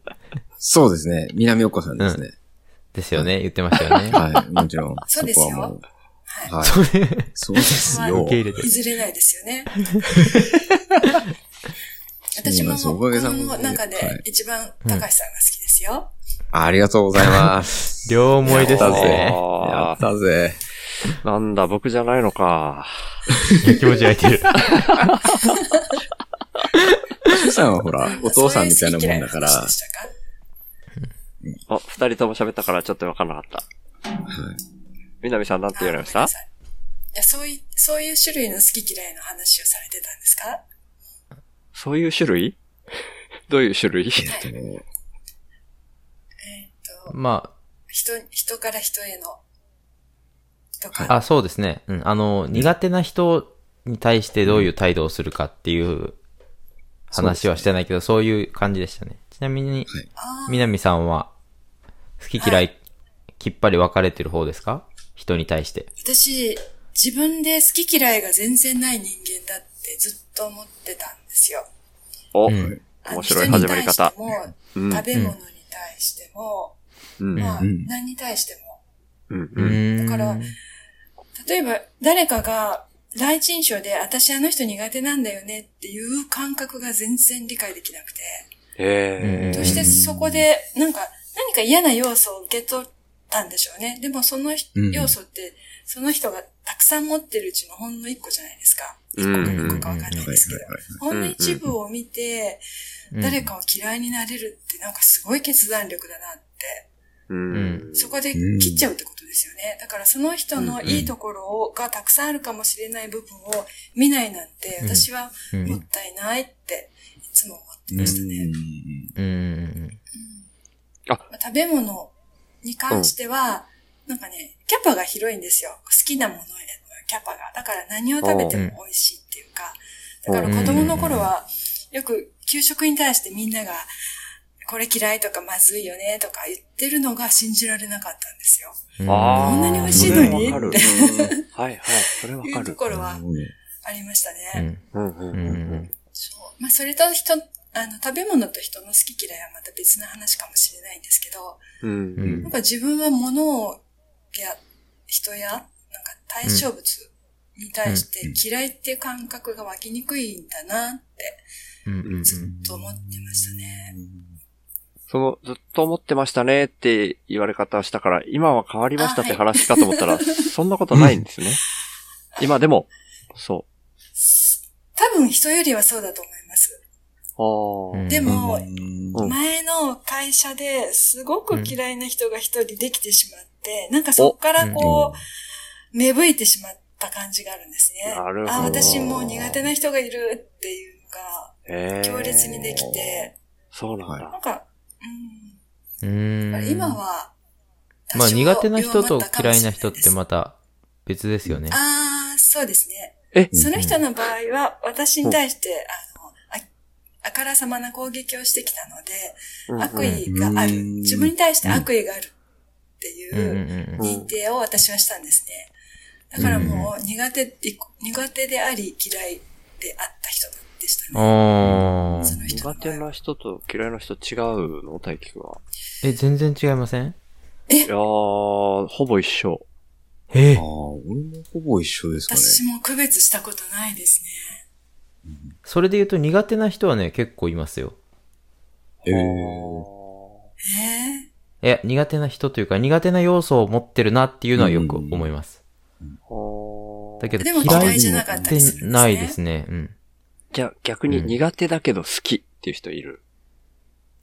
[SPEAKER 4] そうですね。南岡さんですね。
[SPEAKER 3] ですよね。言ってました よね。
[SPEAKER 4] はい。もちろん。
[SPEAKER 6] そうですよ
[SPEAKER 4] こはもう
[SPEAKER 6] はい。
[SPEAKER 4] はい。
[SPEAKER 3] それ、
[SPEAKER 4] そうです
[SPEAKER 6] そ
[SPEAKER 4] よ。
[SPEAKER 6] う
[SPEAKER 3] 受け入れて。
[SPEAKER 6] 譲れないですよね。 私
[SPEAKER 4] そうなん
[SPEAKER 6] も、
[SPEAKER 4] で
[SPEAKER 6] こ
[SPEAKER 4] すおかげさまで
[SPEAKER 6] の中
[SPEAKER 4] はい
[SPEAKER 6] で一番高橋さんが好きですよ。
[SPEAKER 4] ありがとうございます。
[SPEAKER 3] 両思いです
[SPEAKER 4] やったぜ
[SPEAKER 3] ね。。
[SPEAKER 4] や
[SPEAKER 2] あ
[SPEAKER 4] ったぜ。
[SPEAKER 2] ーなんだ、僕じゃないのか。
[SPEAKER 3] 気持ち湧いてる。
[SPEAKER 4] 父さんはほら、お父さんみたいなもんだから、
[SPEAKER 6] そう
[SPEAKER 4] は
[SPEAKER 6] いう好き嫌いの話でしたか
[SPEAKER 2] あ、二人とも喋ったからちょっとわかんなかった。
[SPEAKER 4] い。
[SPEAKER 2] みなみさんなんて言われまし
[SPEAKER 6] あごめ
[SPEAKER 2] た
[SPEAKER 6] んなさいいや、そういう、そういう種類の好き嫌いの話をされてたんですか
[SPEAKER 2] そういう種類 どういう種類
[SPEAKER 4] えっとね
[SPEAKER 6] えーっと、
[SPEAKER 3] ま
[SPEAKER 6] 人、人から人への、とか、
[SPEAKER 3] あ、あ、そうですね。うん。あの、苦手な人に対してどういう態度をするかっていう話はしてないけど、そういう感じでしたね。ちなみに、
[SPEAKER 6] あー
[SPEAKER 3] 南さんは、好き嫌い、きっぱり分かれてる方ですか人に対して。
[SPEAKER 6] 私、自分で好き嫌いが全然ない人間だってずっと思ってたんですよ。
[SPEAKER 2] お、
[SPEAKER 3] ん
[SPEAKER 6] あの
[SPEAKER 2] 面白い始まり方。
[SPEAKER 6] 人に対しても
[SPEAKER 2] うん。
[SPEAKER 6] 食べ物に対しても、
[SPEAKER 2] うん。
[SPEAKER 6] まあ、
[SPEAKER 4] うん
[SPEAKER 6] 何に対しても。
[SPEAKER 2] うん。
[SPEAKER 3] うーん
[SPEAKER 6] だから例えば、誰かが、第一印象で、私あの人苦手なんだよねっていう感覚が全然理解できなくて。
[SPEAKER 2] へ
[SPEAKER 6] そ
[SPEAKER 2] え。
[SPEAKER 3] どう
[SPEAKER 6] してそこで、なんか、何か嫌な要素を受け取ったんでしょうね。でもそのひ
[SPEAKER 4] うん
[SPEAKER 6] 要素って、その人がたくさん持ってるうちのほんの一個じゃないですか。一
[SPEAKER 2] うん
[SPEAKER 6] 個か一個かわかんない
[SPEAKER 4] はい
[SPEAKER 6] ですけど。ほんの一部を見て、
[SPEAKER 3] うん
[SPEAKER 6] 誰かを嫌いになれるってなんかすごい決断力だなって、
[SPEAKER 2] うん。
[SPEAKER 6] そこで切っちゃうってことですよね。だからその人のいいところをがたくさんあるかもしれない部分を見ないなんて、
[SPEAKER 3] うん
[SPEAKER 6] 私は
[SPEAKER 3] う
[SPEAKER 6] もっ
[SPEAKER 3] ん。
[SPEAKER 6] たいないって、いつも思って
[SPEAKER 4] は
[SPEAKER 6] ま
[SPEAKER 4] い
[SPEAKER 6] したね。
[SPEAKER 3] うん。うん。
[SPEAKER 6] まあ食べ物に関しては、なんかね、キャパが広いんですよ。好きなものへのキャパが。だから何を食べても美味しいっていうか。
[SPEAKER 2] うん
[SPEAKER 6] だから子供の頃は、よく給食に対してみんなが、これ嫌いとかまずいよねとか言ってるのが信じられなかったんですよ。
[SPEAKER 3] うん
[SPEAKER 2] あー
[SPEAKER 6] こんなに美味しいの
[SPEAKER 2] そ
[SPEAKER 6] に
[SPEAKER 2] れはわかる
[SPEAKER 6] って
[SPEAKER 2] はいはい、それわ
[SPEAKER 6] い
[SPEAKER 2] か
[SPEAKER 6] うと
[SPEAKER 2] る。
[SPEAKER 6] ころは
[SPEAKER 4] うん
[SPEAKER 6] ありました
[SPEAKER 3] う
[SPEAKER 6] ね。
[SPEAKER 3] ん。
[SPEAKER 2] うんうん
[SPEAKER 3] うん。うん。
[SPEAKER 6] そう。まあそれと人、あの、食べ物と人の好き嫌いはまた別の話かもしれないんですけど、
[SPEAKER 2] う。
[SPEAKER 3] うんん
[SPEAKER 6] なんか自分は物を、や、人や、なんか対象物に対して嫌いっていう感覚が湧きにくいんだなって、
[SPEAKER 3] うん。
[SPEAKER 6] ずっと思ってましたね。
[SPEAKER 2] その、ずっと思ってましたねって言われ方をしたから、今は変わりましたって話かと思ったら、そんなことないんですね。今でも、そ
[SPEAKER 6] 多分人よりはそうだと思います。
[SPEAKER 2] う。あ
[SPEAKER 3] うん
[SPEAKER 2] あ。
[SPEAKER 6] でも、
[SPEAKER 2] うん
[SPEAKER 6] 前の会社ですごく嫌いな人が一人できてしまって、なんかそこからこう、芽吹いてしまった感じがあるんですね。
[SPEAKER 2] なるほど
[SPEAKER 6] あ、私もう苦手な人がいるっていうのが
[SPEAKER 2] え
[SPEAKER 6] 強烈にできて、
[SPEAKER 2] そうなん
[SPEAKER 6] な
[SPEAKER 2] だ。
[SPEAKER 6] んか、うん、
[SPEAKER 3] うーん。
[SPEAKER 6] 今は、
[SPEAKER 3] まあ
[SPEAKER 6] 多少
[SPEAKER 3] 苦手な人
[SPEAKER 6] 弱
[SPEAKER 3] と
[SPEAKER 6] まったかも
[SPEAKER 3] 嫌
[SPEAKER 6] し
[SPEAKER 3] い
[SPEAKER 6] れ
[SPEAKER 3] な
[SPEAKER 6] です
[SPEAKER 3] 人ってまた別ですよね。
[SPEAKER 6] ああ、そうですね。
[SPEAKER 2] え
[SPEAKER 6] その人の場合は、私に対して、あの、ああからさまな攻撃をしてきたので、
[SPEAKER 2] うんうん
[SPEAKER 6] 悪意がある。
[SPEAKER 4] うん
[SPEAKER 6] 自分に対して悪意があるってい
[SPEAKER 3] うんうん
[SPEAKER 6] う
[SPEAKER 3] うんうん。
[SPEAKER 6] 認定を私はしたんですね。だからもう苦手って、苦手であり嫌いであった人でしたね。
[SPEAKER 3] あ
[SPEAKER 6] そ
[SPEAKER 3] ー。
[SPEAKER 6] の人の
[SPEAKER 2] 苦
[SPEAKER 6] 場
[SPEAKER 2] 手
[SPEAKER 6] 合は。
[SPEAKER 2] な人と嫌いな人違うの大輝くんは。
[SPEAKER 3] え、全然違いません
[SPEAKER 2] いやー、ほぼ一緒。
[SPEAKER 3] え
[SPEAKER 4] ああ、俺もほぼ一緒ですかね。
[SPEAKER 6] 私も区別したことないですね。
[SPEAKER 3] それで言うと苦手な人はね、結構いますよ。
[SPEAKER 4] えー
[SPEAKER 6] え
[SPEAKER 3] いや、苦手な人というか、苦手な要素を持ってるなっていうのはよく思います。
[SPEAKER 2] ほー
[SPEAKER 3] だけど、
[SPEAKER 6] でも
[SPEAKER 3] 嫌
[SPEAKER 6] 嫌
[SPEAKER 3] い
[SPEAKER 6] い
[SPEAKER 3] っ
[SPEAKER 6] じゃなかったりす
[SPEAKER 3] て
[SPEAKER 6] るんですね。
[SPEAKER 3] ないですね。うん。
[SPEAKER 2] じゃあ逆に
[SPEAKER 3] うん
[SPEAKER 2] 苦手だけど好きっていう人いる。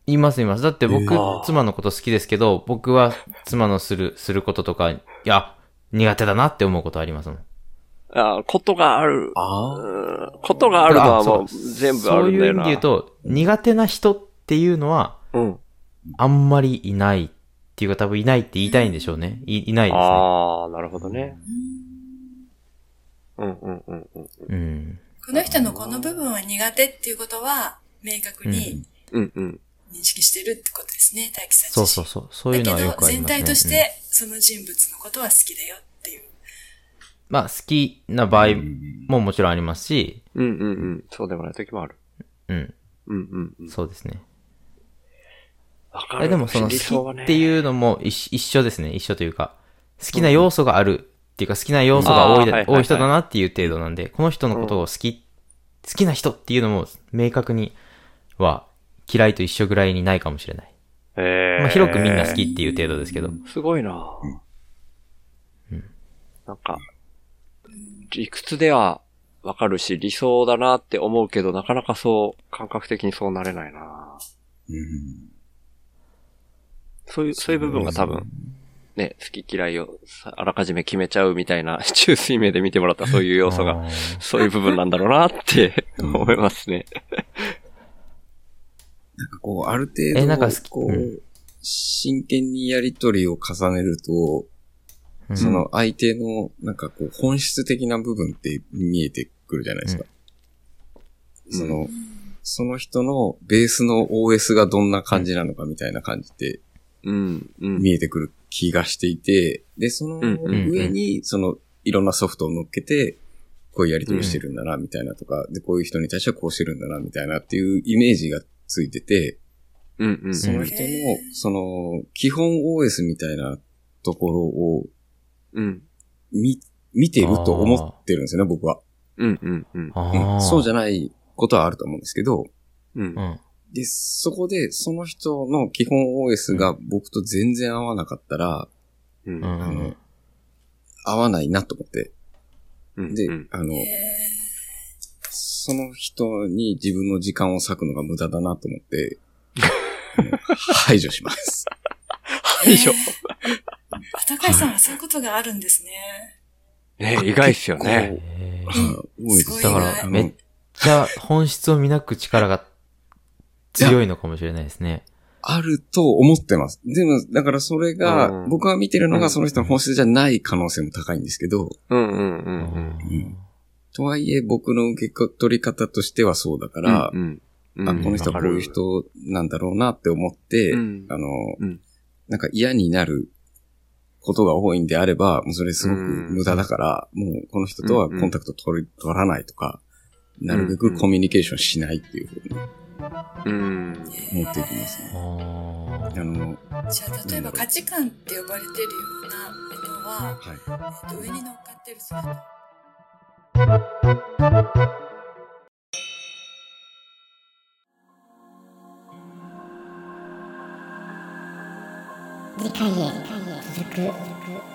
[SPEAKER 3] いますいます。だって僕
[SPEAKER 4] え
[SPEAKER 2] ー、
[SPEAKER 3] 妻のこと好きですけど、僕は妻のする、することとか、いや、苦手だなって思うことありますもん。
[SPEAKER 2] あーことがある。う
[SPEAKER 4] ああ。
[SPEAKER 2] ーんことがあるのはも
[SPEAKER 3] あ
[SPEAKER 2] う
[SPEAKER 3] そう
[SPEAKER 2] 全部あるんだよな。
[SPEAKER 3] そういう意味で言うと、苦手な人っていうのは、
[SPEAKER 2] うん。
[SPEAKER 3] あんまりいないっていうか多分いないって言いたいんでしょうね。いいないですね。
[SPEAKER 2] あー、なるほどね。うんうんうんうん。
[SPEAKER 3] うん。
[SPEAKER 6] この人のこの部分は苦手っていうことは、明確に
[SPEAKER 2] うんうん。
[SPEAKER 6] 認識してるってことですね、大輝さん自
[SPEAKER 3] そう
[SPEAKER 6] 身。
[SPEAKER 3] そうそう。そういうのはよ
[SPEAKER 6] だけ
[SPEAKER 3] く
[SPEAKER 6] ど、
[SPEAKER 3] あり
[SPEAKER 6] 全
[SPEAKER 3] ますね。
[SPEAKER 6] 体とし
[SPEAKER 3] うん
[SPEAKER 6] て、その人物のことは好きだよっていう。
[SPEAKER 3] まあ、好きな場合
[SPEAKER 4] うん
[SPEAKER 3] ももちろんありますし、
[SPEAKER 2] うんうんうん。そうでもない時もある。
[SPEAKER 3] うん。
[SPEAKER 2] うんうんうん。
[SPEAKER 3] そうですね。
[SPEAKER 2] わか
[SPEAKER 3] え
[SPEAKER 2] る。
[SPEAKER 3] でもその好きっていうのも一一緒ですね。一緒というか、好きな要素があるっていうか、好きな要素が
[SPEAKER 2] あーはい
[SPEAKER 3] 多い
[SPEAKER 2] はい
[SPEAKER 3] だ
[SPEAKER 2] はい
[SPEAKER 3] 多い人だなっていう程度なんで、この人のことを好き、好きな人っていうのも明確には嫌いと一緒ぐらいにないかもしれない。
[SPEAKER 2] えー
[SPEAKER 3] まあ、広くみんな好きっていう程度ですけど。
[SPEAKER 2] すごいな、うん、なんか、理屈ではわかるし、理想だなって思うけど、なかなかそう、感覚的にそうなれないな
[SPEAKER 4] うん
[SPEAKER 2] そういう、そういう部分が多分、ね、好き嫌いをさあらかじめ決めちゃうみたいな、 中水面で見てもらったらそういう要素が、
[SPEAKER 3] あー。
[SPEAKER 2] そういう部分なんだろうなって思いますね。
[SPEAKER 4] なんかこう、ある程度、
[SPEAKER 3] えなんか好き
[SPEAKER 4] こ
[SPEAKER 3] うん
[SPEAKER 4] う、真剣にやりとりを重ねると、
[SPEAKER 3] うん
[SPEAKER 4] その相手の、なんかこう、本質的な部分って見えてくるじゃないですか。
[SPEAKER 2] うん
[SPEAKER 4] その、その人のベースの OS がどんな感じなのかみたいな感じって
[SPEAKER 2] うん、うん。
[SPEAKER 4] 見えてくる気がしていて、で、その
[SPEAKER 2] うんうん
[SPEAKER 3] うん
[SPEAKER 4] 上に、その、いろんなソフトを乗っけて、こういうやりとりしてるんだな、みたいなとか、で、こういう人に対してはこうしてるんだな、みたいなっていうイメージがついてて、
[SPEAKER 2] うん、うん。
[SPEAKER 4] その人の
[SPEAKER 6] へ、
[SPEAKER 4] その、基本 OS みたいなところを
[SPEAKER 2] うん、
[SPEAKER 4] 見、見てると思ってるんですよね、僕は。
[SPEAKER 2] うん、うん、うん。
[SPEAKER 3] あ
[SPEAKER 4] う
[SPEAKER 3] ー
[SPEAKER 4] んそうじゃないことはあると思うんですけど、
[SPEAKER 2] うん
[SPEAKER 3] うん。
[SPEAKER 4] で、そこで、その人の基本 OS が僕と全然合わなかったら、
[SPEAKER 2] うんうん
[SPEAKER 3] うんうんうん。
[SPEAKER 4] 合わないなと思って、
[SPEAKER 2] うん。
[SPEAKER 4] で
[SPEAKER 2] うん、
[SPEAKER 4] あの
[SPEAKER 6] へ、え
[SPEAKER 4] その人に自分の時間を割くのが無駄だなと思って、あの排除します。
[SPEAKER 2] はい、しょ。
[SPEAKER 6] 高橋さんはそういうことがあるんですね。
[SPEAKER 2] ね意外っすよね。
[SPEAKER 3] へー
[SPEAKER 4] はい多いです
[SPEAKER 6] すごい
[SPEAKER 3] だ
[SPEAKER 6] な
[SPEAKER 3] から、
[SPEAKER 4] あの
[SPEAKER 3] めっちゃ本質を見抜く力が強いのかもしれないですね。
[SPEAKER 4] あると思ってます。でも、だからそれが、
[SPEAKER 2] うん
[SPEAKER 4] 僕が見てるの
[SPEAKER 2] う
[SPEAKER 4] が
[SPEAKER 2] ん
[SPEAKER 4] その人の本質じゃない可能性も高いんですけど、
[SPEAKER 2] うん、うん、うん、うん。
[SPEAKER 4] んとはいえ僕の受け取り方としてはそうだから、
[SPEAKER 2] うんうん
[SPEAKER 4] あこの人はこういう。人なんだろうなって思って、
[SPEAKER 2] うん
[SPEAKER 4] あの、
[SPEAKER 2] うん
[SPEAKER 4] なんか嫌になることが多いんであれば、もうそれすごく無駄だから、もうこの人とはコンタクト取り、取らないとか、なるべ
[SPEAKER 2] うん
[SPEAKER 4] く
[SPEAKER 2] うん
[SPEAKER 4] コミュニケーションしないっていうふうに
[SPEAKER 2] うん。
[SPEAKER 4] 思っていきますね。
[SPEAKER 3] あ
[SPEAKER 4] あの、
[SPEAKER 6] じゃあ、例えば価値観って呼ばれてるようなことは、
[SPEAKER 4] はい。
[SPEAKER 6] えっと、上に乗っかってるソフト。
[SPEAKER 1] 次回へ続く。